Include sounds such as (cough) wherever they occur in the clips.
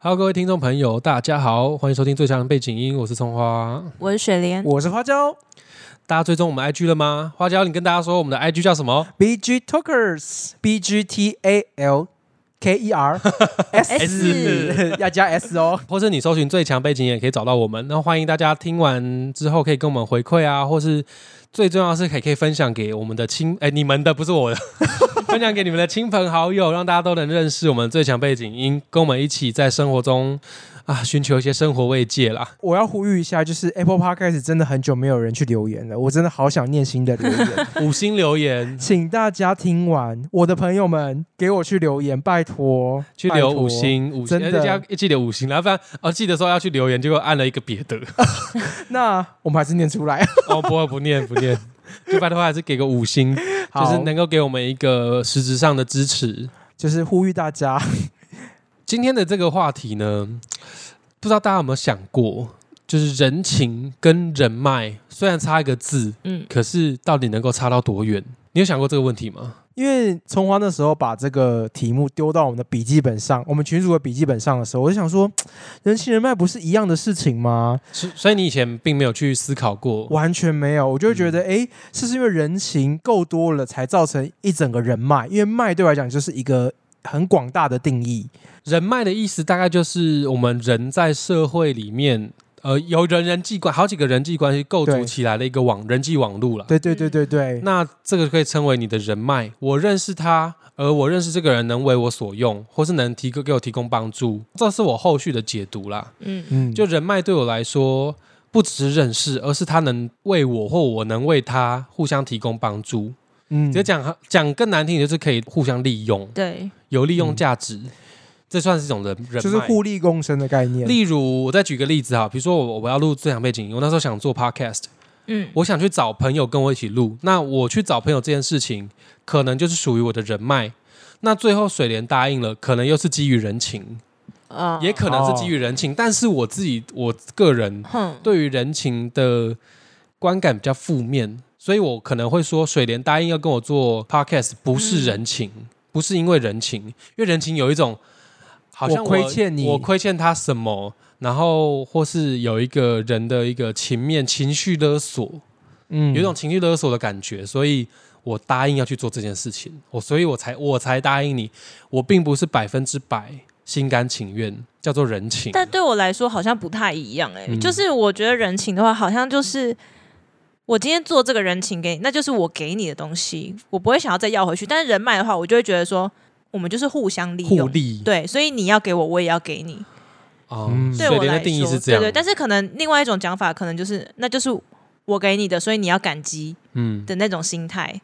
Hello，各位听众朋友，大家好，欢迎收听最强的背景音，我是葱花。我是雪莲，我是花椒大家追踪我们 IG 了吗？花椒，你跟大家说我们的 IG 叫什么？ B G Talkers B G T A L K E (laughs) R S，要 (laughs) 加 S 哦。或是你搜寻最强背景音也可以找到我们。那欢迎大家听完之后可以跟我们回馈啊，或是最重要的是可以可以分享给我们的亲哎你们的不是我的， (laughs) 分享给你们的亲朋好友，让大家都能认识我们最强背景音，跟我们一起在生活中啊寻求一些生活慰藉啦。我要呼吁一下，就是 Apple Podcast 真的很久没有人去留言了，我真的好想念新的 (laughs) 留言，五星留言请大家听完，我的朋友们给我去留言，拜托，去拜留托五，星五星，真的哎大家记得五星啦，不然哦记得说要去留言，结果按了一个别 (laughs) 的。那我们还是念出 (laughs) 来。哦，不会不念不念，就拜托还是给个五星，就好是能够给我们一个实质上的支持。就是呼吁大家，今天的这个话题呢，不知道大家有没有想过，就是人情跟人脉虽然差一个字，嗯，可是到底能够差到多远？你有想过这个问题吗？因为葱花那时候把这个题目丢到我们的笔记本上，我们群主的笔记本上的时候，我就想说，人情人脉不是一样的事情吗？所所以你以前并没有去思考过，完全没有，我就会觉得，哎、是不是因为人情够多了，才造成一整个人脉？因为脉对我来讲就是一个很广大的定义，人脉的意思大概就是我们人在社会里面。呃，由人人际关好几个人际关系构筑对起来的一个网人际网路了。对对对对对，那这个可以称为你的人脉。我认识他，而我认识这个人能为我所用，或是能提供给我提供帮助，这是我后续的解读啦。嗯，嗯，就人脉对我来说，不只是认识，而是他能为我或我能为他互相提供帮助。嗯直接讲讲更难听，就是可以互相利用，对，有利用价值，这算是一种人人脉。嗯就是互利共生的概念，例如，我再举个例子哈，比如说我我要录最强背景音，我那时候想做 podcast，嗯，我想去找朋友跟我一起录，那我去找朋友这件事情，可能就是属于我的人脉。那最后水莲答应了，可能又是基于人情，啊也可能是基于人情，但是我自己我个人哼，对于人情的观感比较负面，所以我可能会说水莲答应要跟我做 podcast 不是人情，嗯不是因为人情，因为人情有一种好像我亏欠你我亏欠他什么，然后或是有一个人的一个情面情绪勒索。嗯有一种情绪勒索的感觉，所以我答应要去做这件事情，我所以我才我才答应你，我并不是百分之百心甘情愿，叫做人情。但对我来说好像不太一样哎、嗯就是我觉得人情的话，好像就是我今天做这个人情给你，那就是我给你的东西，我不会想要再要回去。但是人脉的话，我就会觉得说，我们就是互相利互用，利对，所以你要给我，我也要给你。啊，嗯水对我莲来的说，定义是这样，对对。但是可能另外一种讲法，可能就是那就是我给你的，所以你要感激嗯的那种心态。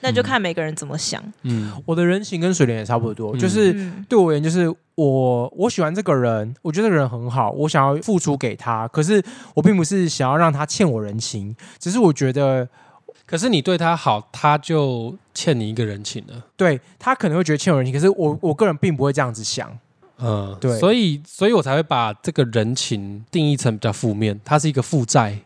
那就看每个人怎么想。嗯我的人情跟水莲也差不多，嗯就是嗯对我而言，就是我我喜欢这个人，我觉得这个人很好，我想要付出给他，可是我并不是想要让他欠我人情，只是我觉得可是你对他好，他就欠你一个人情了，对他可能会觉得欠我人情，可是我我个人并不会这样子想。嗯，对所以所以我才会把这个人情定义成比较负面，它是一个负债，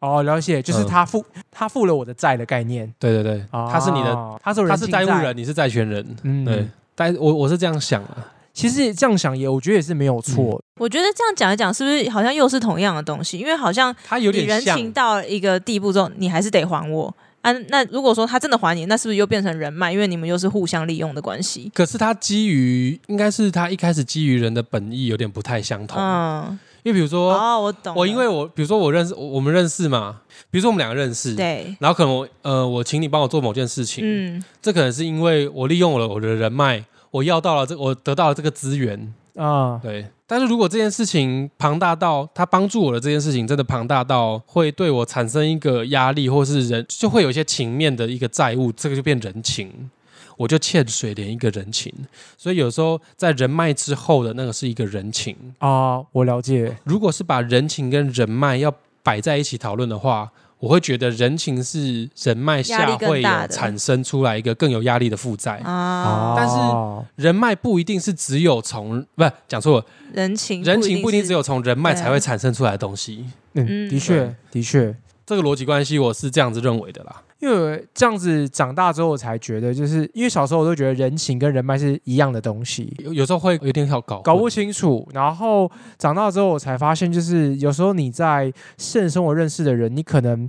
哦，了解，就是嗯他付、他付了我的债的概念，对对对，啊他是你的，，他是我他人是情债务债，人，你是债权人，嗯对，，但我我是这样想啊的，其实这样想也，我觉得也是没有错，我觉得这样讲一讲，是不是好像又是同样的东西？因为好像他有你点人像啊情到一个地步之后，你还是得还我啊。那如果说他真的还你，那是不是又变成人脉？因为你们又是互相利用的关系。可是他基于应该是他一开始基于人的本意有点不太相同，嗯，因为比如说、哦，我懂了。我因为我比如说我认识我我们认识嘛，比如说我们两个认识，对，然后可能我呃我请你帮我做某件事情，嗯，这可能是因为我利用我的我的人脉，我要到了这我得到了这个资源，啊、对。但是如果这件事情庞大到他帮助我的这件事情真的庞大到会对我产生一个压力，或是人就会有一些情面的一个债务，这个就变人情，我就欠水莲一个人情。所以有时候在人脉之后的那个是一个人情。啊，我了解，如果是把人情跟人脉要摆在一起讨论的话，我会觉得人情是人脉压下力会更大有的产生出来一个更有压力的负债。啊，但是哦人脉不一定是只有从不是讲错了，人情人情不一定只有有从人脉对啊才会产生出来的东西。嗯，嗯的确，的确，这个逻辑关系我是这样子认为的啦。因为这样子长大之后，我才觉得，就是因为小时候我都觉得人情跟人脉是一样的东西，有有时候会有点小搞哦搞混不清楚。然后长大之后，我才发现，就是有时候你在现实生活认识的人，你可能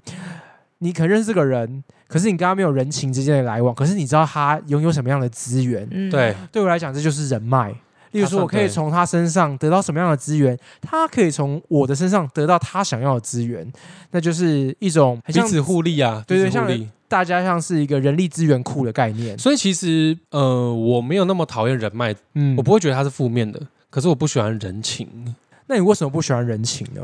你可能认识这个人，可是你跟他没有人情之间的来往，可是你知道他拥有什么样的资源。嗯，对，对我来讲，这就是人脉。例如说，我可以从他身上得到什么样的资源，他可以从我的身上得到他想要的资源，那就是一种彼很像此互利啊，对对彼此互像利。大家像是一个人力资源库的概念。所以其实呃，我没有那么讨厌人脉，嗯我不会觉得它是负面的，可是我不喜欢人情。那你为什么不喜欢人情呢？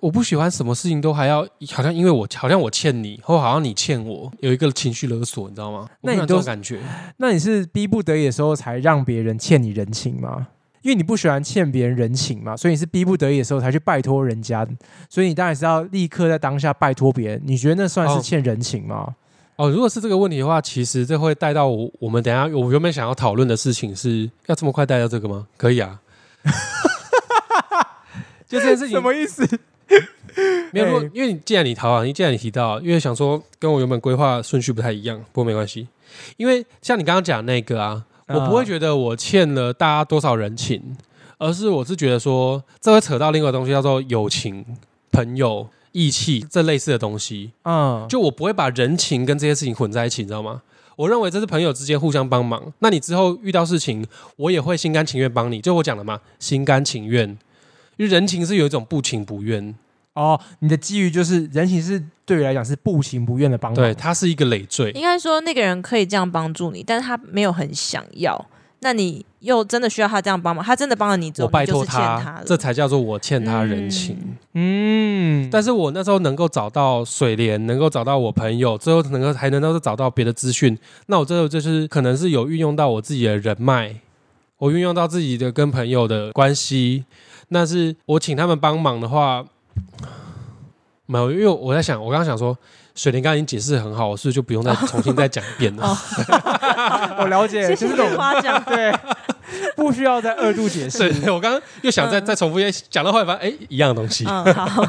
我不喜欢什么事情都还要，好像因为我好像我欠你，或好像你欠我，有一个情绪勒索，你知道吗？那你我不喜欢这都种感觉，那你是逼不得已的时候才让别人欠你人情吗？因为你不喜欢欠别人人情嘛，所以你是逼不得已的时候才去拜托人家，所以你当然是要立刻在当下拜托别人。你觉得那算哦是欠人情吗？哦，如果是这个问题的话，其实这会带到我我们等一下我原本想要讨论的事情是要这么快带到这个吗？可以啊， (laughs) 就这件事情什么意思？没有，如果哎因为你既然你逃啊，你既然你提到，因为想说跟我原本规划顺序不太一样，不过没关系，因为像你刚刚讲那个啊，我不会觉得我欠了大家多少人情，而是我是觉得说这会扯到另外一个东西，叫做友情、朋友、义气这类似的东西。得，嗯，就我不会把人情跟这些事情混在一起，你知道吗？我认为这是朋友之间互相帮忙。那你之后遇到事情，我也会心甘情愿帮你。就我讲的嘛，心甘情愿。因为人情是有一种不情不愿，哦，你的基于就是人情是对于来讲是不情不愿的帮忙，对，它是一个累赘。应该说那个人可以这样帮助你，但是他没有很想要，那你又真的需要他这样帮忙，他真的帮了你之我后，拜你就托是欠他了，这才叫做我欠他人情。嗯，但是我那时候能够找到水莲，能够找到我朋友，最后能够还能够找到别的资讯，那我最后就是可能是有运用到我自己的人脉，我运用到自己的跟朋友的关系。那是我请他们帮忙的话，没有，因为我在想，我刚刚想说，水莲刚刚已经解释得很好，我是不是就不用再重新再讲一遍了？ (laughs) 我了解， (laughs) 谢就谢是你这种。的夸奖 (laughs) 对， (laughs) 不需要再二度解释对，。对我刚刚又想再、再重复一下，讲到后来发现，哎，一样的东西。嗯，好，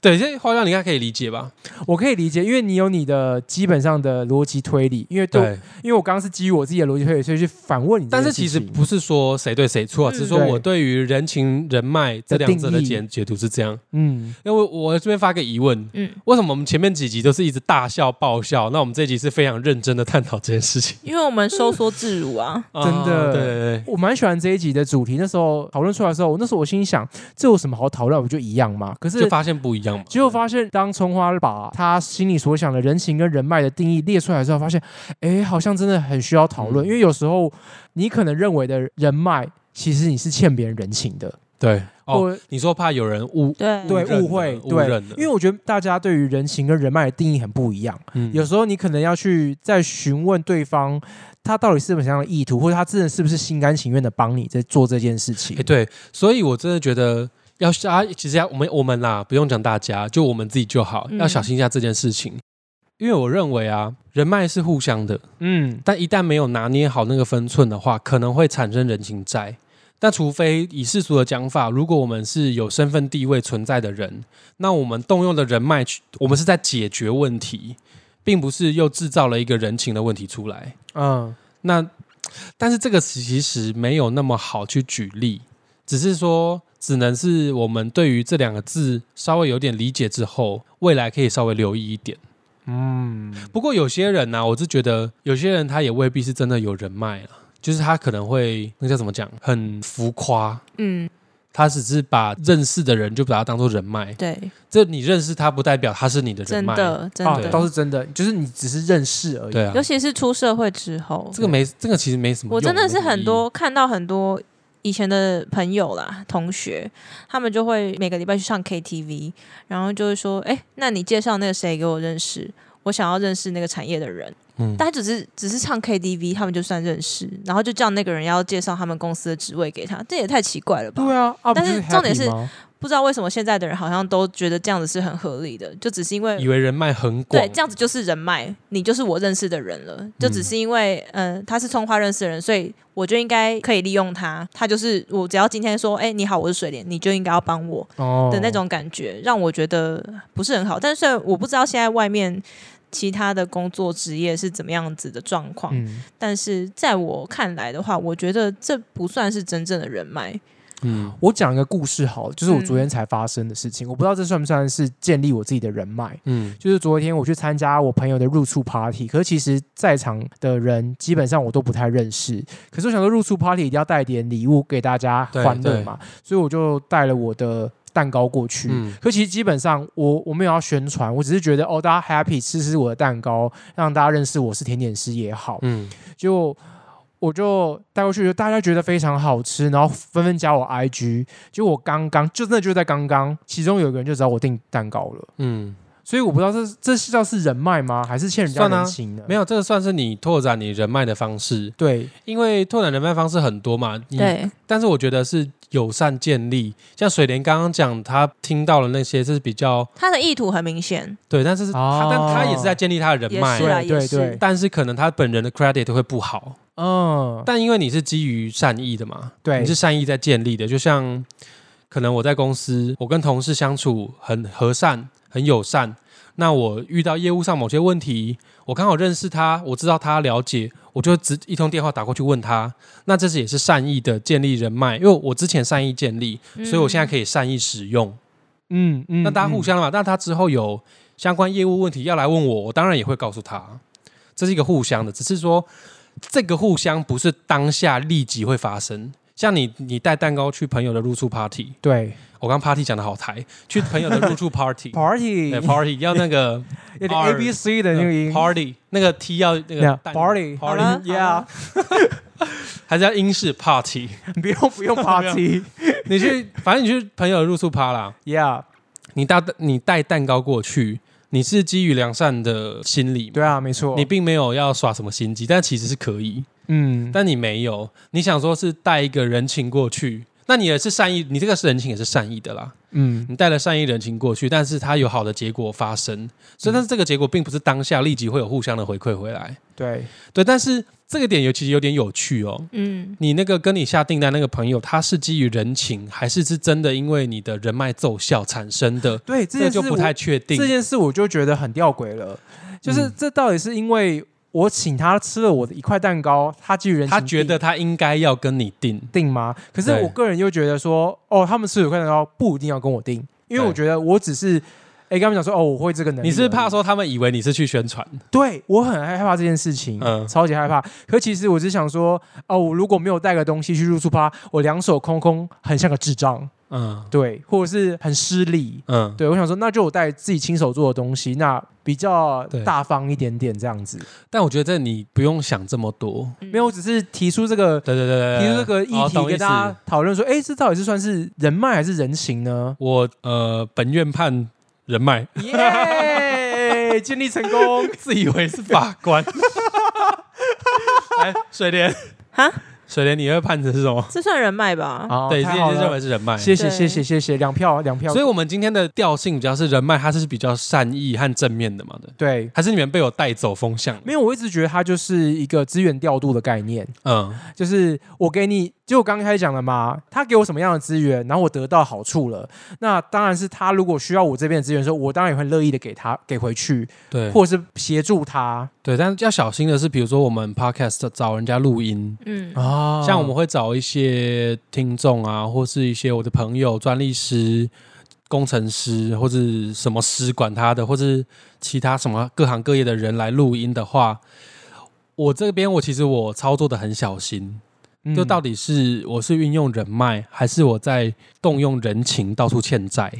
对，这话让你应该可以理解吧？我可以理解，因为你有你的基本上的逻辑推理，因为对，对。因为我刚刚是基于我自己的逻辑推理，所以去反问你这但件是事情。其实不是说谁对谁错啊，嗯只是说我对于人情人脉这两者的解解读是这样。嗯，因为我这边发个疑问，嗯，为什么我们前面几集都是一直大笑爆笑？那我们这集是非常认真的探讨这件事情，因为我们收缩自如啊，啊 (laughs) 真的对对对。我蛮喜欢这一集的主题。那时候讨论出来的时候，那时候我心里想，这有什么好讨论？不就一样嘛？可。就是发现不一样嘛，结果发现，当葱花把他心里所想的人情跟人脉的定义列出来之后，发现，哎，好像真的很需要讨论，嗯因为有时候你可能认为的人脉，其实你是欠别人人情的，对哦，或你说怕有人误，对对认了误会，误对认了，因为我觉得大家对于人情跟人脉的定义很不一样。嗯有时候你可能要去再询问对方，他到底是不是这样的意图，或者他真的是不是心甘情愿的帮你在做这件事情哎、。对，所以我真的觉得要大家其实要我们我们啦，不用讲大家，就我们自己就好，嗯要小心一下这件事情，因为我认为啊，人脉是互相的，嗯，但一旦没有拿捏好那个分寸的话，可能会产生人情债。但除非以世俗的讲法，如果我们是有身份地位存在的人，那我们动用的人脉去，我们是在解决问题，并不是又制造了一个人情的问题出来。嗯，那但是这个其实没有那么好去举例，只是说只能是我们对于这两个字稍微有点理解之后，未来可以稍微留意一点。嗯，不过有些人呢、我是觉得有些人他也未必是真的有人脉啊，就是他可能会那叫怎么讲，很浮夸。嗯，他只是把认识的人就把他当做人脉，对，这你认识他不代表他是你的人真脉，的真啊对，倒的，是真的，就是你只是认识而已。对啊尤，其是出社会之后，这个没这个其实没什么用。我真的是没什么意很义多看到很多以前的朋友啦、同学，他们就会每个礼拜去上 KTV，然后就会说：“哎、那你介绍那个谁给我认识？我想要认识那个产业的人。”嗯但他只是只是唱 KTV，他们就算认识，然后就叫那个人要介绍他们公司的职位给他，这也太奇怪了吧？对啊，啊，但不是重点是 happy 吗不知道为什么现在的人好像都觉得这样子是很合理的，就只是因为以为人脉很广，对，这样子就是人脉，你就是我认识的人了。就只是因为，嗯、他是葱花认识的人，所以我就应该可以利用他。他就是我，只要今天说，哎、你好，我是水莲，你就应该要帮我哦的那种感觉，让我觉得不是很好。但是虽然我不知道现在外面其他的工作职业是怎么样子的状况。嗯，但是在我看来的话，我觉得这不算是真正的人脉。嗯，我讲一个故事好了，就是我昨嗯天才发生的事情，我不知道这算不算是建立我自己的人脉。嗯，就是昨天我去参加我朋友的入处 party，可是其实在场的人基本上我都不太认识。可是我想说入处 party 一定要带点礼物给大家对欢乐对嘛，所以我就带了我的蛋糕过去。嗯可其实基本上我我没有要宣传，我只是觉得哦，大家 happy 吃吃我的蛋糕，让大家认识我是甜点师也好。嗯，结果我就带过去，大家觉得非常好吃，然后纷纷加我 IG。结果我刚刚就真的就在刚刚，其中有一个人就找我订蛋糕了。嗯，所以我不知道这这是叫是人脉吗？还是欠人家算啊人情呢？没有，有，这个算是你拓展你人脉的方式，对，因为拓展人脉方式很多嘛。你，对，但是我觉得是友善建立，像水莲刚刚讲，他听到了那些是比较他的意图很明显，对，但是是他、哦但他也是在建立他的人也脉是，啦，对对也是对。但是可能他本人的 credit 会不好，嗯，但因为你是基于善意的嘛，对你是善意在建立的，就像可能我在公司，我跟同事相处很和善、很友善。那我遇到业务上某些问题，我刚好认识他，我知道他了解，我就直一通电话打过去问他。那这是也是善意的建立人脉，因为我之前善意建立，嗯所以我现在可以善意使用。嗯嗯那大家互相嘛，那他之后有相关业务问题要来问我，我当然也会告诉他，这是一个互相的，只是说这个互相不是当下立即会发生。像你，你带蛋糕去朋友的入住 party，对我刚 party 讲的好台，去朋友的入住 (laughs) party， party 对 party 要那个有点 A B C 的 (laughs) 那个音 party 那个 T 要那个 Yeah，蛋 party 好了 party，(laughs) 好了还是要英式 party？不用不用 party，yeah，你去，反正你去朋友的入住趴啦，你带你带蛋糕过去，你是基于良善的心理嘛对啊，没错，你并没有要耍什么心机，但其实是可以，嗯，但你没有，你想说是带一个人情过去，那你也是善意，你这个是人情也是善意的啦，嗯你带了善意人情过去，但是它有好的结果发生，所以嗯但是这个结果并不是当下立即会有互相的回馈回来，对，对，但是这个点有其实有点有趣哦。嗯，你那个跟你下订单那个朋友，他是基于人情，还是是真的因为你的人脉奏效产生的？对，这这件就事不我太确定这。件事我就觉得很吊诡了，就是嗯这到底是因为我请他吃了我的一块蛋糕，他基于人情他觉地得他应该要跟你订，定吗？可是对我个人又觉得说，哦，他们吃有块蛋糕不一定要跟我定，因为对我觉得我只是。哎，跟他们讲说哦，我会这个能力。你是不是怕？说他们以为你是去宣传？对我很害怕这件事情，嗯超级害怕。可其实我只想说，哦，我如果没有带个东西去入住趴，我两手空空，很像个智障，嗯对，或者是很失礼，嗯，对。我想说，那就我带自己亲手做的东西，那比较对大方一点点这样子。但我觉得你不用想这么多。没有，我只是提出这个，对对对对，提出这个议哦题懂跟大意家思讨论说，哎，这到底是算是人脉还是人情呢？我呃，本院判人脉， (laughs) 耶！建立成 (laughs) 功，自以为是法官。 (laughs) 来，水莲哈，水莲，你会判成是什么？这算人脉吧？好对，这哦太好认了，为是人脉。谢谢对谢谢谢谢，两票两票，所以，我们今天的调性比较是人脉，它是比较善意和正面的嘛的，对，还是你们被我带走风向了？没有，我一直觉得它就是一个资源调度的概念，嗯，就是我给你，就我刚开始讲的嘛，他给我什么样的资源，然后我得到好处了，那当然是他如果需要我这边的资源的时候，我当然也会乐意的给他给回去，对，或者是协助他对，但是要小心的是，比如说我们 podcast 找人家录音，嗯，啊像我们会找一些听众啊，或是一些我的朋友、专利师、工程师，或是什么师管他的，或是其他什么各行各业的人来录音的话，我这边我其实我操作的很小心，们就到底是我是运用人脉，还是我在动用人情到处欠债？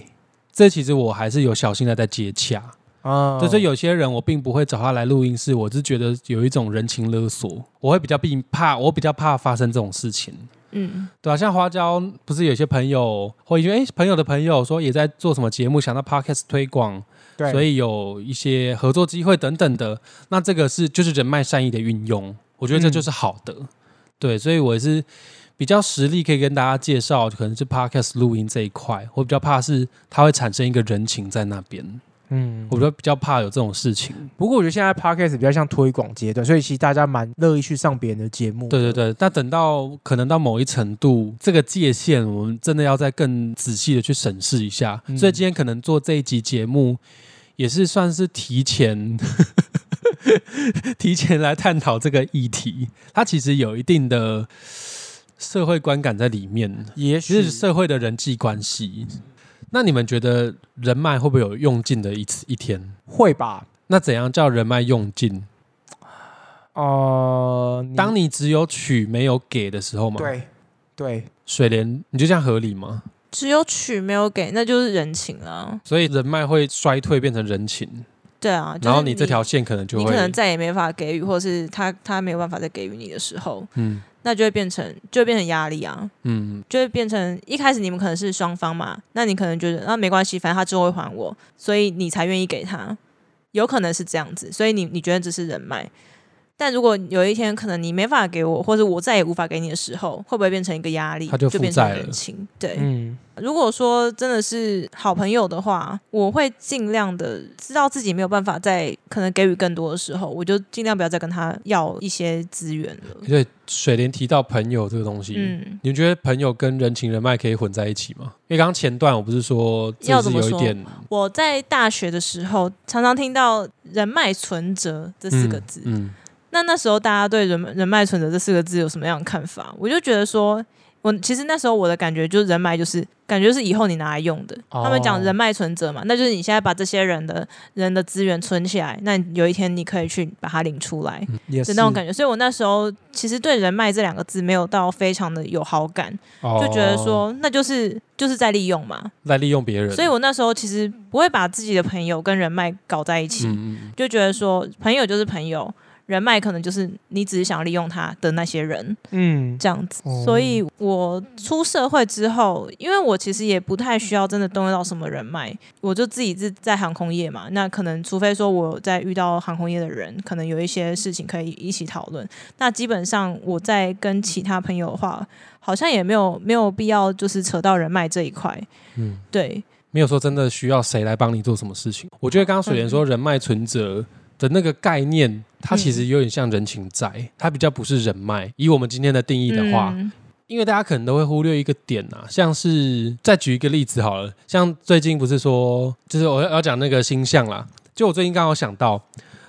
这其实我还是有小心的在接洽，啊就是有些人我并不会找他来录音室，我是觉得有一种人情勒索，我会比较避怕，我比较怕发生这种事情。嗯，对啊，像花椒不是有些朋友或因为诶朋友的朋友说也在做什么节目，想到 podcast 推广，对，所以有一些合作机会等等的。那这个是就是人脉善意的运用，我觉得这嗯就是好的。对，所以我也是比较实力可以跟大家介绍，可能是 podcast 录音这一块，我比较怕是它会产生一个人情在那边，嗯我，觉得比较怕有这种事情。不过我觉得现在 podcast 比较像推广阶段，所以其实大家蛮乐意去上别人的节目，对对。对，但等到可能到某一程度，这个界限我们真的要再更仔细的去审视一下。嗯所以今天可能做这一集节目，也是算是提前 (laughs) 提前来探讨这个议题，它其实有一定的社会观感在里面，也其实许是社会的人际关系。那你们觉得人脉会不会有用尽的一次一天？会吧。那怎样叫人脉用尽？呃，你当你只有取没有给的时候嘛，对对，水莲，你就这样合理吗？只有取没有给，那就是人情了。所以人脉会衰退变成人情，对啊，就是然后你这条线可能就你会，可能再也没法给予，或是他他没有办法再给予你的时候，嗯那就会变成就会变成压力啊，嗯，就会变成一开始你们可能是双方嘛，那你可能觉得啊那没关系，反正他之后会还我，所以你才愿意给他，有可能是这样子，所以你你觉得这是人脉。但如果有一天可能你没法给我，或者我再也无法给你的时候，会不会变成一个压力？他就负变成债了人情。对，嗯，如果说真的是好朋友的话，我会尽量的知道自己没有办法再可能给予更多的时候，我就尽量不要再跟他要一些资源了。对，水莲提到朋友这个东西，嗯，你们觉得朋友跟人情人脉可以混在一起吗？因为刚刚前段我不是说这要是怎么有一说点我在大学的时候常常听到“人脉存折”这四个字，嗯，嗯那那时候大家对人“人脉存折”这四个字有什么样的看法？我就觉得说。我其实那时候我的感觉就是人脉就是感觉是以后你拿来用的。哦他们讲人脉存折嘛，那就是你现在把这些人的人的资源存起来，那有一天你可以去把它领出来。也嗯是的那种感觉，所以我那时候其实对“人脉”这两个字没有到非常的有好感，就觉得哦说那就是就是在利用嘛。来利用别人，所以我那时候其实不会把自己的朋友跟人脉搞在一起，嗯嗯就觉得说朋友就是朋友，人脉可能就是你只是想利用他的那些人嗯，这样子。哦所以我出社会之后，因为我其实也不太需要真的动用到什么人脉，我就自己是在航空业嘛。那可能除非说我在遇到航空业的人，可能有一些事情可以一起讨论。那基本上我在跟其他朋友的话，好像也没有没有必要就是扯到人脉这一块。嗯，对，没有说真的需要谁来帮你做什么事情。我觉得刚刚水莲说人脉存折的那个概念，它其实有点像人情债，它比较不是人脉。以我们今天的定义的话，嗯因为大家可能都会忽略一个点啊，像是再举一个例子好了，像最近不是说，就是我要要讲那个星象啦，就我最近刚好想到，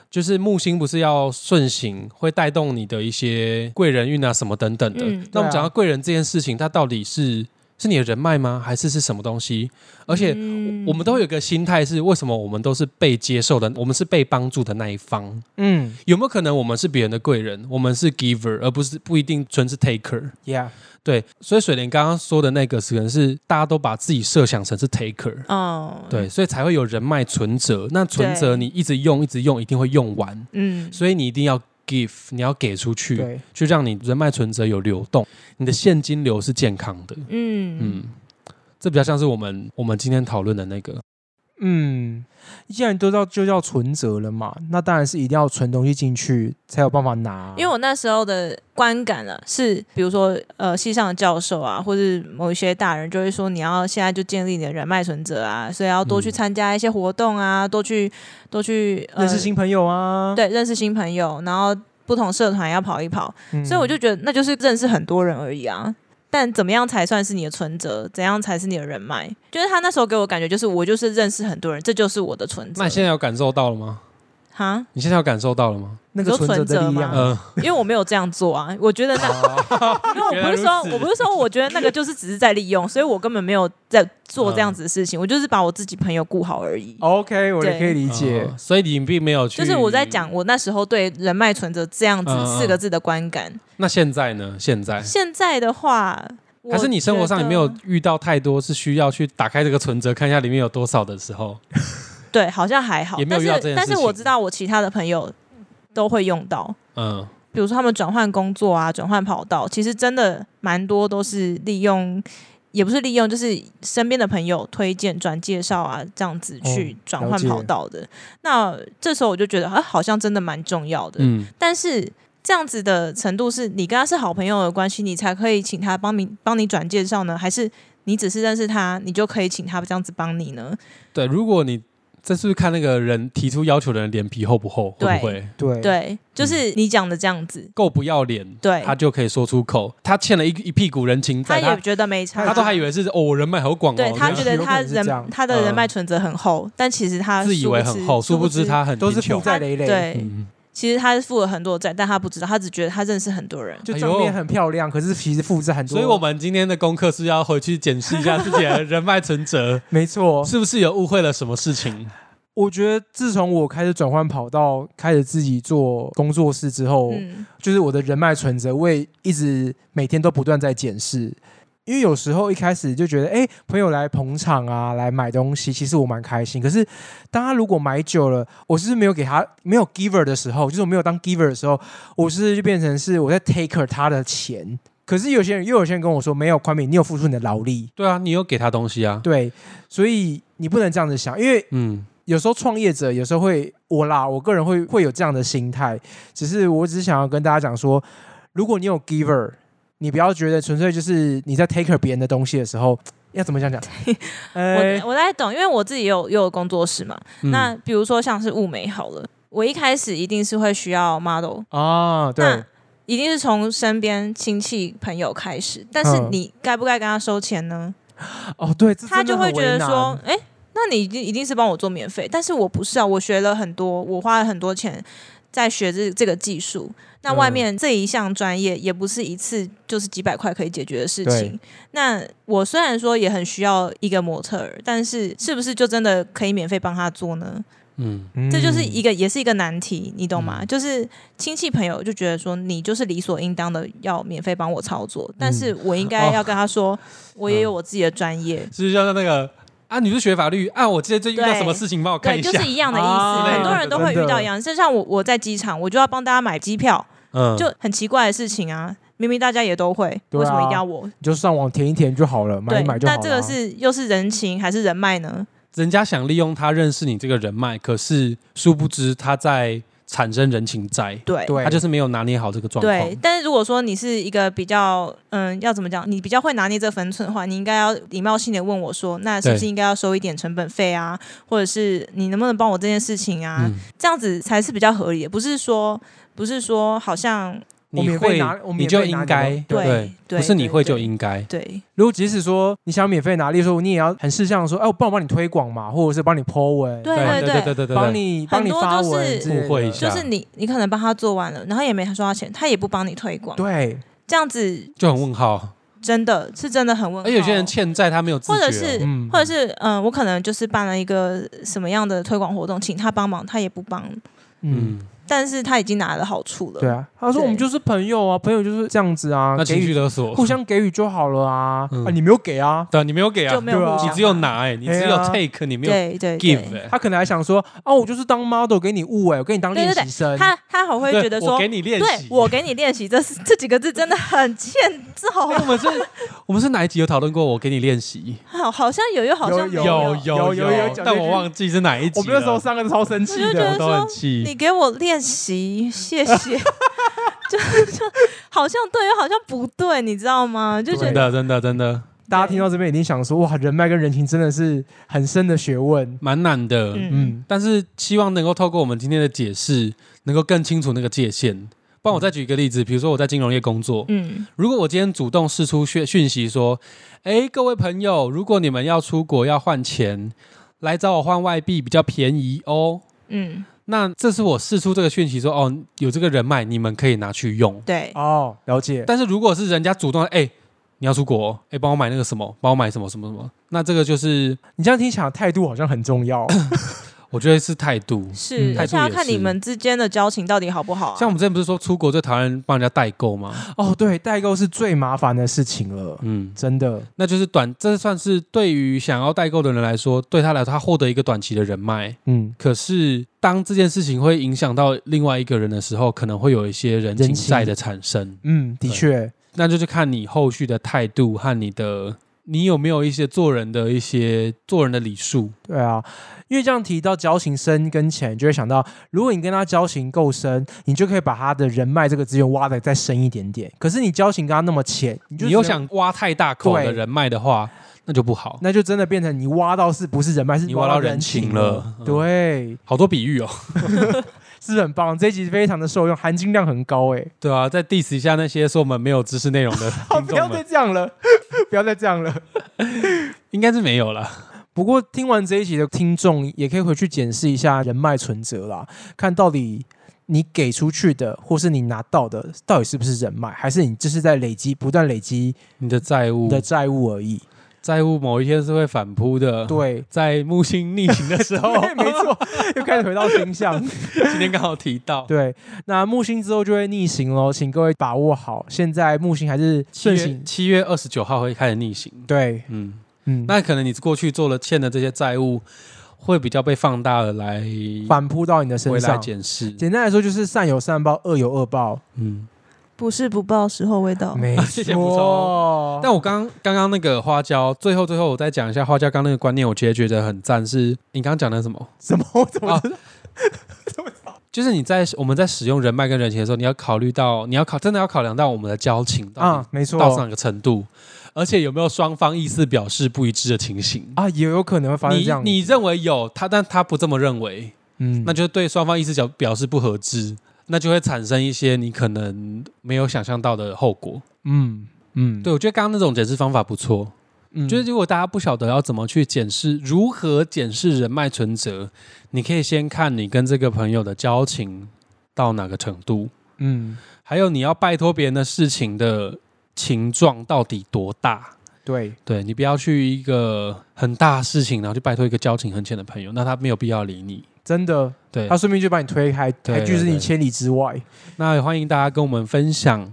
就是木星不是要顺行，会带动你的一些贵人运啊什么等等的。嗯那我们对啊讲到贵人这件事情，它到底是是你的人脉吗，还是是什么东西？而且嗯我们都有一个心态是，为什么我们都是被接受的，我们是被帮助的那一方？嗯有没有可能我们是别人的贵人，我们是 giver，而不是不一定纯是 taker？ ，Yeah，对，所以水莲刚刚说的那个，可能是大家都把自己设想成是 taker，、哦，对，所以才会有人脉存折。那存折对你一直用，一直用，一定会用完，嗯，所以你一定要 give，你要给出去，对，去让你人脉存折有流动，你的现金流是健康的。嗯嗯嗯，这比较像是我们我们今天讨论的那个，嗯，既然都叫就叫存折了嘛，那当然是一定要存东西进去才有办法拿，因为我那时候的观感啊，是比如说呃，系上的教授啊，或是某一些大人就会说，你要现在就建立你的人脉存折啊，所以要多去嗯参加一些活动啊，多去多去、呃、认识新朋友啊，对认识新朋友，然后不同社团要跑一跑，嗯，所以我就觉得那就是认识很多人而已啊。但怎么样才算是你的存折？怎样才是你的人脉？就是他那时候给我感觉，就是我就是认识很多人，这就是我的存折。那你现在有感受到了吗？哈，你现在有感受到了吗？那个你说存折的存折力吗量啊，嗯、因为我没有这样做啊，我觉得那 (laughs) 因为我不是哦原来说如，此我不是说，我觉得那个就是只是在利用，所以我根本没有在做这样子的事情，我就是把我自己朋友顾好而已。 OK，我也对可以理解哦，所以你并没有去，就是我在讲。我那时候对人脉存折这样子嗯嗯四个字的观感。那现在呢？现在现在的话，我还是你生活上也没有觉得遇到太多是需要去打开这个存折看一下里面有多少的时候，对，好像还好也，没有但遇是到这件但事是情我知道我其他的朋友都会用到，嗯，比如说他们转换工作啊，转换跑道，其实真的蛮多都是利用，也不是利用，就是身边的朋友推荐、转介绍啊，这样子哦去转换跑道的。那这时候我就觉得，啊，好像真的蛮重要的。嗯，但是这样子的程度是，你跟他是好朋友的关系，你才可以请他帮你帮你转介绍呢，还是你只是认识他，你就可以请他这样子帮你呢？对。如果你这是不是看那个人提出要求的人脸皮厚不厚，会对不会对对，嗯就是你讲的这样子，够不要脸，对他就可以说出口。他欠了一一屁股人情他债，也他觉得没差，他都还以为是哦，我人脉好广哦，对他原来觉得有可他能是这样人他的人脉嗯存折很厚，但其实他自以殊不为知很厚，殊不知他很都是贫穷负债累累，对，嗯，其实他是付了很多债，但他不知道，他只觉得他认识很多人。就哎账面呦很漂亮，可是其实负债很多。，所以我们今天的功课是要回去检视一下自己的人脉存折没错，是不是有误会了什么事情？我觉得自从我开始转换跑道，开始自己做工作室之哦后，嗯，就是我的人脉存折，我也一直每天都不断在检视。因为有时候一开始就觉得，哎、朋友来捧场啊，来买东西，其实我蛮开心。可是，当他如果买久了，我是没有给他没有 giver 的时候，就是我没有当 giver 的时候，我是就变成是我在 taker 他的钱。可是有些人又有些人跟我说，没有宽敏，你有付出你的劳力，对啊，你有给他东西啊，对，所以你不能这样子想，因为嗯，有时候创业者有时候会我啦，我个人会会有这样的心态，只是我只是想要跟大家讲说，如果你有 giver，你不要觉得纯粹就是你在 taker 别人的东西的时候，要怎么 (laughs) 讲讲？呃我我在懂，因为我自己也有也有工作室嘛。哎嗯那比如说像是物美好了，我一开始一定是会需要 model，啊，对那，一定是从身边亲戚朋友开始，但是嗯你该不该跟他收钱呢？哦对，这他真的就会很觉为得难说，，哎、那你一定一定是帮我做免费，但是我不是啊，我学了很多，我花了很多钱在学这这个技术。那外嗯面这一项专业也不是一次就是几百块可以解决的事对情。那我虽然说也很需要一个模特儿，但是是不是就真的可以免费帮他做呢？嗯，嗯这就是一个也是一个难题，你懂吗？嗯就是亲戚朋友就觉得说你就是理所应当的要免费帮我操作，但是我应嗯该哦要跟他说，我也有我自己的专业，是像那个啊，你是学法律啊，我记得最近遇到对什么事情，帮我看对，一就下，是一样的意思。啊很多人都会遇真到的一样，就像我我在机场，我就要帮大家买机票，嗯，就很奇怪的事情啊。明明大家也都会，对啊为什么一定要我？你就上网填一填就好了，买对一买，就那好了。啊这个是又是人情还是人脉呢？人家想利用他认识你这个人脉，可是殊不知他在产生人情债，对。对，他就是没有拿捏好这个啊状况。对，但是如果说你是一个比较，嗯，要怎么讲？你比较会拿捏这分寸的话，你应该要礼貌性的问我说，那是不是对应该要收一点成本费啊？或者是你能不能帮我这件事情啊？嗯，这样子才是比较合理的，不是说不是说好像我你免费会拿我你免就费拿应你该的对对，对不是你对会就对应该。对如果即使说你想免费拿，例如说你也要很事项地说，哎，我帮我帮你推广嘛，或者是帮你 po 文，对对对对对对对对，帮你帮你很多发都文是之类的，互惠一下就是你，你可能帮他做完了，然后也没收到钱，他也不帮你推广，对，这样子就很问号。真的是真的很问号。哦而有些人欠债，他没有自觉或哦，者是、嗯或者是嗯、呃我可能就是办了一个什么样的推广活动，请他帮忙，他也不帮，嗯，嗯，但是他已经拿了好处了。对啊。他说对我们就是朋友啊，朋友就是这样子啊，那给情绪予勒索，互相给予就好了啊。嗯啊，你没有给啊， (laughs) 对，你没有给啊就，没有对啊互相你嘛、只有拿哎，你只有哎呀 take，你没有对啊对 give 对，哎。他可能还想说，哦，我就是当 model 给你误哎，我给你当对练对习生。他他好会对觉得我说给。你练对习，我给你练习，这是这几个字真的很欠揍，哎我们是，我们是哪一集有讨论过？我给你练习，好好像有又好像没有有有有有有讲但这句我忘记是哪一集我了。们那时候三个超生气我就觉的得，我都说很气，你给我练习，(laughs) 谢谢。就 (laughs) 就好像对，又好像不对，你知道吗？就觉真得的真的真的大家听到这边一定想说，哇，人脉跟人情真的是很深的学问。蛮难的。嗯，嗯，但是希望能够透过我们今天的解释，能够更清楚那个界限。不然我再举一个例子，比如说我在金融业工作，嗯如果我今天主动释出讯讯息说，哎，各位朋友，如果你们要出国要换钱，来找我换外币比较便宜哦。嗯，那这是我释出这个讯息说，哦，有这个人脉，你们可以拿去用。对，哦，了解。但是如果是人家主动，哎，你要出国、哦，哎，帮我买那个什么，帮我买什么什么什么，那这个就是你这样听起来态度好像很重要。我觉得是态度。是嗯，而且要态度也看你是们之间的交情到底好不好啊。像我们之前不是说出国最讨厌帮人家代购吗？哦，对，代购是最麻烦的事情了，嗯，真的。那就是短，这算是对于想要代购的人来说，对他来说，他获得一个短期的人脉。嗯，可是，当这件事情会影响到另外一个人的时候，可能会有一些人情人情债的产生。嗯，的对确，那就是看你后续的态度和你的，你有没有一些做人的一些做人的礼数。对啊，因为这样提到交情深跟浅，你就会想到，如果你跟他交情够深，你就可以把他的人脉这个资源挖的再深一点点。可是你交情跟他那么浅，你就你又只能想挖太大口的对人脉的话，那就不好。那就真的变成你挖到是不是人脉，是你挖到到人人情了嗯对，好多比喻哦， (laughs) 是不是很棒，这一集非常的受用，含金量很高哎、对啊，再 diss 一下那些说我们没有知识内容的 (laughs) 好，听不要众再们，这样了， (laughs) 不要再这样了。应该是没有了。不过听完这一集的听众，也可以回去检视一下人脉存折啦，看到底你给出去的，或是你拿到的，到底是不是人脉，还是你这是在累积，不断累积你的债你务，的债务而已。债务某一天是会反扑的。，对， (laughs) 在木星逆行的时 (laughs) 候，对，没错，又开始回到 (laughs) 星象。今天刚好提到，对，那木星之后就会逆行喽，请各位把握好。现在木星还是七顺月行，七月二十九号会开始逆行。对，嗯，嗯，那可能你过去做了欠的这些债务，会比较被放大的来反扑到你的身回来上。检视。简单来说，就是善有善报，恶有恶报。嗯，不是不报，时候未到。没哦谢谢补充错，但我刚刚刚那个花椒，最后最后我再讲一下花椒刚那个观念，我觉得觉得很赞，是你刚刚讲的什么？什么？我怎么啊？就是你在我们在使用人脉跟人情的时候，你要考虑到，你要考真的要考量到我们的交情到底 (laughs) 啊，没错，到上个程度，而且有没有双方意思表示不一致的情形。啊，也有可能会发生你这样。你认为有他，但他不这么认为，嗯那就对双方意思表表示不合致，那就会产生一些你可能没有想象到的后果。嗯嗯，对我觉得刚刚那种解释方法不错，嗯，就是如果大家不晓得要怎么去检视如何检视人脉存折，你可以先看你跟这个朋友的交情到哪个程度，嗯，还有你要拜托别人的事情的情状到底多大。对，对你不要去一个很大的事情，然后去拜托一个交情很浅的朋友，那他没有必要理你。真的，对他，顺便就把你推开，对还拒之对对你千里之外。那也欢迎大家跟我们分享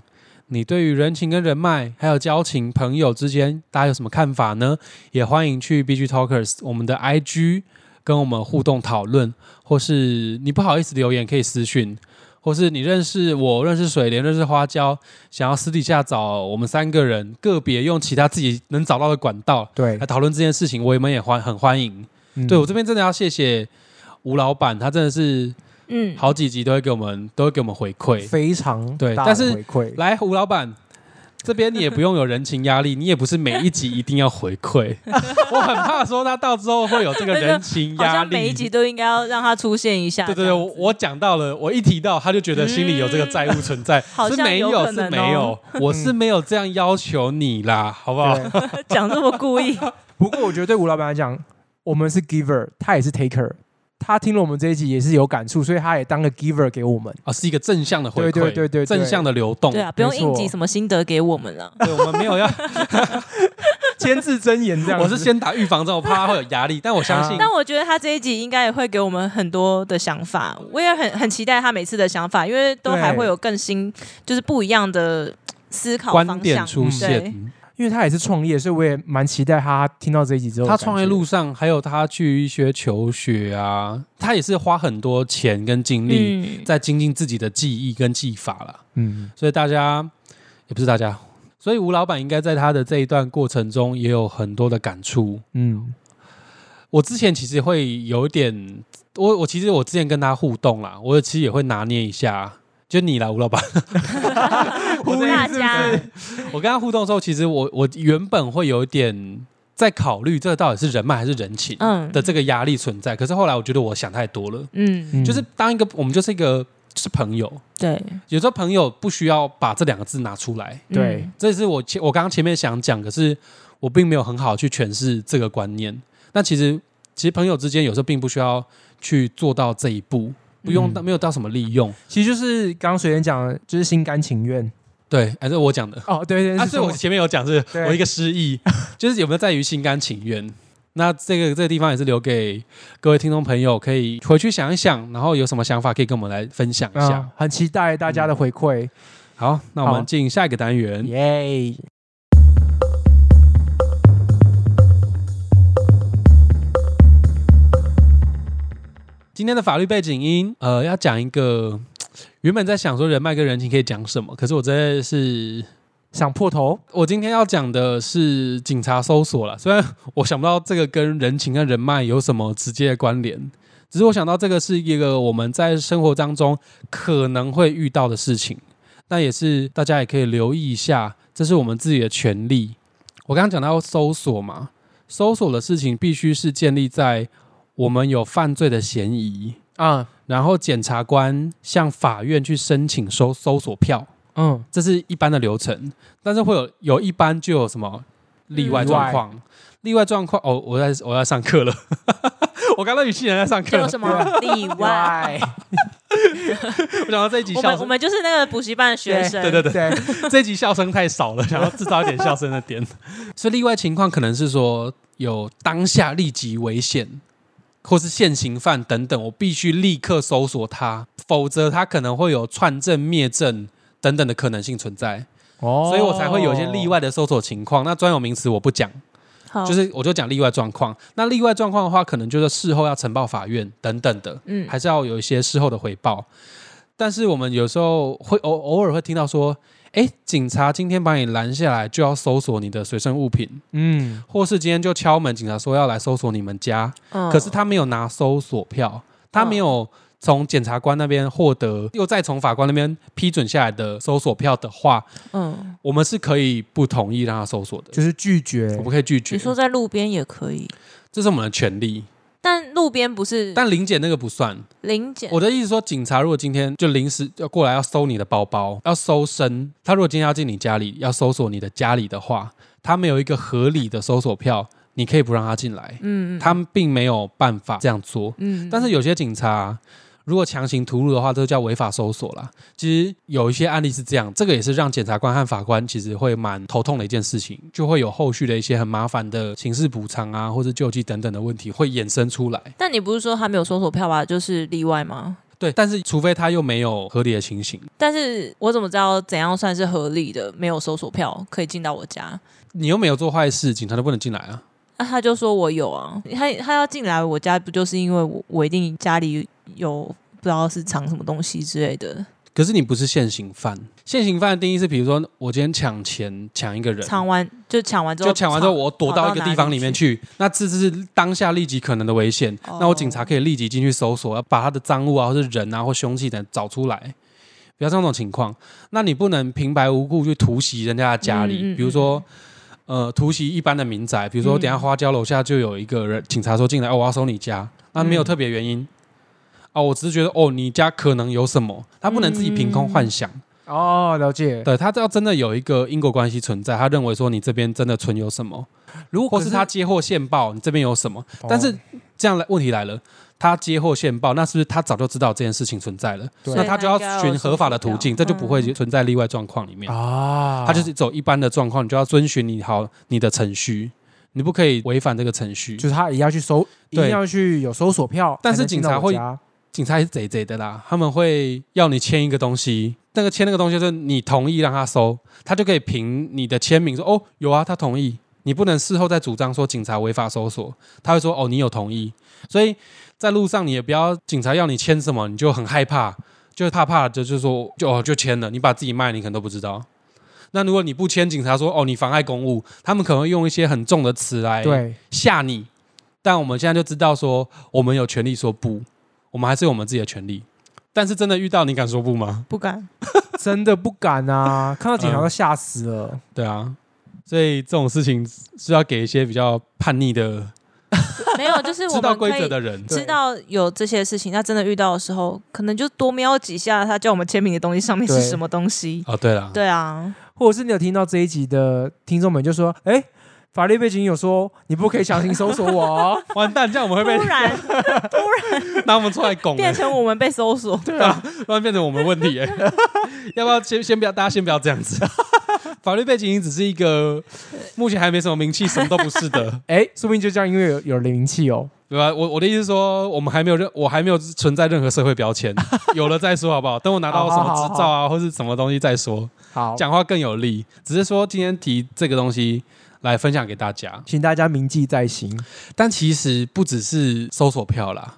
你对于人情跟人脉，还有交情、朋友之间，大家有什么看法呢？也欢迎去 BG Talkers 我们的 IG 跟我们互动讨论，或是你不好意思留言可以私讯，或是你认识我、认识水莲、认识花椒，想要私底下找我们三个人个别用其他自己能找到的管道对来，讨论这件事情，我们也欢很欢迎。啊嗯对我这边真的要谢谢吴老板，他真的是嗯，好几集都会给我们都会给我们回馈。非常对大但的是回馈。来，吴老板。这边你也不用有人情压力，你也不是每一集一定要回 (laughs) 馈。我很怕说他到之后会有这个人情好压像力。每一集都应该要让他出现一下。对对对，我我讲到了，我一提到他就觉得心里有这个债务存在， (laughs) 好是像没有有是可能没有哦，我是没有这样要求你啦，好不好？对，对，讲这么故 (laughs) 意，不过我觉得对吴老板来讲，我们是 giver，他也是 taker。他听了我们这一集也是有感触，所以他也当个 giver 给我们。 (laughs) 啊，是一个正向的回馈，对对对对对正向的流动。对啊，不用应没急错什么心得给我们了。对，我们没 (laughs) 有要千字真言这样子，我是先打预防针，我怕他会有压力，但我相信啊但我觉得他这一集应该也会给我们很多的想法，我也很很期待他每次的想法，因为都还对会有更新，就是不一样的思考观方点向。出对现。因为他也是创业，所以我也蛮期待他听到这一集之后的他感觉。创业路上，还有他去一些求学啊，他也是花很多钱跟精力嗯，在精进自己的技艺跟技法啦。嗯，所以大家也不是大家，所以吴老板应该在他的这一段过程中也有很多的感触。嗯我之前其实会有一点，我我其实我之前跟他互动啦，我其实也会拿捏一下，就你啦，吴老板。 (laughs) 呼吁大家是我跟他互动的时候，其实我我原本会有一点在考虑这到底是人脉还是人情嗯的这个压力存在。可是后来我觉得我想太多了，嗯，嗯就是当一个我们就是一个就是朋友，对有时候朋友不需要把这两个字拿出来，对这也是我前我刚刚前面想讲，可是我并没有很好去诠释这个观念。那其实其实朋友之间有时候并不需要去做到这一步，不用到、嗯没有到什么利用。其实就是刚刚水莲讲，的，就是心甘情愿。对，还是我讲的。哦，对对，啊，是所以我什么前面有讲是对我一个失忆，就是有没有在于心甘情愿。那这个这个地方也是留给各位听众朋友，可以回去想一想，然后有什么想法可以跟我们来分享一下。啊，很期待大家的回馈，好，那我好们进下一个单元。耶！今天的法律背景音，呃，要讲一个原本在想说人脉跟人情可以讲什么，可是我真的是。想破头，我今天要讲的是警察搜索了，虽然我想不到这个跟人情跟人脉有什么直接的关联，只是我想到这个是一个我们在生活当中可能会遇到的事情，那也是大家也可以留意一下，这是我们自己的权利。我刚刚讲到搜索嘛，搜索的事情必须是建立在我们有犯罪的嫌疑，啊，然后检察官向法院去申请收搜索票，嗯，这是一般的流程。但是会有有一般就有什么嗯例外状况？例外状况哦，我在我在上课了， (laughs) 我刚刚语气人在上课这有了，什么例 (laughs) 啊外？外，我想到这一集我笑们我声，们就是那个补习班的学生，对对对。对，这一集笑声太少了，想要制造一点笑声的点。 (laughs) 所以例外情况可能是说有当下立即危险，或是现行犯等等，我必须立刻搜索他，否则他可能会有串证、灭证等等的可能性存在，哦所以我才会有一些例，外的搜索情况。那专有名词我不讲，好，就是我就讲例外状况。那例外状况的话，可能就是事后要呈报法院等等的。嗯，还是要有一些事后的回报。但是我们有时候会偶偶尔会听到说，哎，警察今天把你拦下来，就要搜索你的随身物品，嗯，或是今天就敲门，警察说要来搜索你们家，嗯可是他没有拿搜索票，哦他没有从检察官那边获得，又再从法官那边批准下来的搜索票的话，嗯，我们是可以不同意让他搜索的，就是拒绝我，们可以拒绝你，说在路边也可以，这是我们的权利。但路边不是但林姐那个不算，零检我的意思说，警察如果今天就临时要过来要搜你的包包，要搜身，他如果今天要进你家里，要搜索你的家里的话，他没有一个合理的搜索票，你可以不让他进来，嗯嗯他们并没有办法这样做。嗯，但是是有些警察如果强行突入的话，这就叫违法搜索啦。其实有一些案例是这样，这个也是让检察官和法官其实会蛮头痛的一件事情，就会有后续的一些很麻烦的刑事补偿啊，或是救济等等的问题会衍生出来。但你不是说他没有搜索票吧？就是例外吗？对，但是除非他又没有合理的情形。但是我怎么知道怎样算是合理的？没有搜索票可以进到我家？你又没有做坏事，警察都不能进来啊。那、他就说我有啊，他他要进来我家，不就是因为我我一定家里有不知道是藏什么东西之类的，可是你不是现行犯，现行犯的定义是，比如说我今天抢钱抢一个人，藏完就抢完之后就抢完之后我躲到一个地方里面去，那这是当下立即可能的危险，哦那我警察可以立即进去搜索，要把他的赃物啊或是人啊或凶器等找出来。不要像这种情况，那你不能平白无故去突袭人家的家里，嗯嗯嗯比如说。呃，突袭一般的民宅，比如说，嗯等一下花椒楼下就有一个人，警察说进来，哦，我要搜你家，那没有嗯特别原因，啊，我只是觉得，哦，你家可能有什么，他不能自己凭嗯空幻想，哦，了解，对他要真的有一个因果关系存在，他认为说你这边真的存有什么，如果可是是他接获线报，你这边有什么？哦但是这样来问题来了，他接获线报，那是不是他早就知道这件事情存在了？对那他就要寻合法的途径，这就不会嗯存在例外状况里面。啊，他就是走一般的状况，你就要遵循你好你的程序，你不可以违反这个程序。就是他也要去搜，一定对要去有搜索票，但是才能进到警察会我家警察也是贼贼的啦，他们会要你签一个东西，那个签那个东西就是你同意让他收，他就可以凭你的签名说哦有啊，他同意。你不能事后再主张说警察违法搜索，他会说哦你有同意，所以在路上你也不要警察要你签什么你就很害怕，就怕怕的就说就哦就签了，你把自己卖你可能都不知道。那如果你不签，警察说哦你妨碍公务，他们可能会用一些很重的词来对吓你。但我们现在就知道说，我们有权利说不，我们还是有我们自己的权利。但是真的遇到，你敢说不吗？不敢。真的不 (laughs) 敢啊，看到警察嗯都吓死了。对啊，所以这种事情是要给一些比较叛逆的、没有，就是我知道们规可则以的人。知道有这些事情，那真的遇到的时候，可能就多瞄几下他叫我们签名的东西上面是对什么东西。哦，对了，对啊，或者是你有听到这一集的听众们就说，哎，法律背景有说你不可以强行搜索我哦，完蛋，这样我们突 (laughs) 会然 (laughs) 被拿我们出来拱、变欸，成我们被搜索，对啊，突然变成我们的问题、欸。 (laughs) 要不要先先不要，大家先不要这样子。 (laughs) 法律背景只是一个目前还没什么名气，什么都不是的。哎，说不定就这样，因为有有灵气哦。对吧？我我的意思是说，我们还没有任，我还没有存在任何社会标 (laughs) 签，有了再说好不好？等我拿到什么执照啊，或是什么东西再说，好，讲话更有力。只是说今天提这个东西来分享给大家，请大家铭记在心。但其实不只是搜索票啦。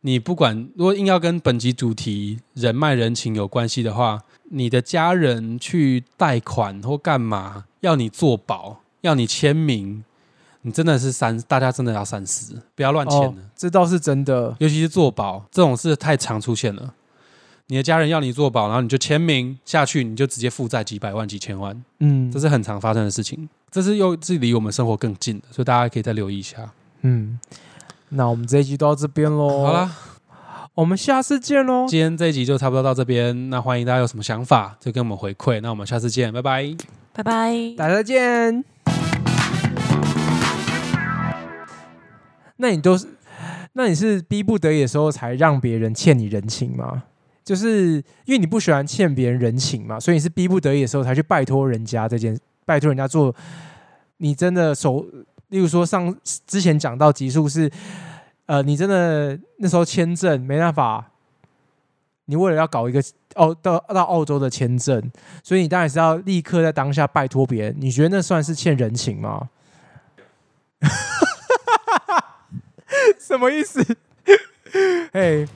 你不管如果硬要跟本集主题人脉人情有关系的话，你的家人去贷款或干嘛要你做保，要你签名，你真的是三，大家真的要三思，不要乱签了。哦，这倒是真的。尤其是做保这种事太常出现了。你的家人要你做保，然后你就签名下去，你就直接负债几百万、几千万，嗯这，是很常发生的事情。这是又是离我们生活更近的，所以大家可以再留意一下。嗯，那我们这一集到这边喽。好啦，我们下次见喽，今天这一集就差不多到这边，那欢迎大家有什么想法就跟我们回馈，那我们下次见，拜拜。拜拜。大家再见。那你都是，那你是逼不得已的时候才让别人欠你人情吗？就是因为你不喜欢欠别人人情嘛，所以你是逼不得已的时候才去拜托人家这件，拜托人家做你真的手，例如说上之前讲到集数是，呃，你真的那时候签证没办法，你为了要搞一个澳到到澳洲的签证，所以你当然是要立刻在当下拜托别人。你觉得那算是欠人情吗？ (laughs) (laughs) 什么意思？嘿、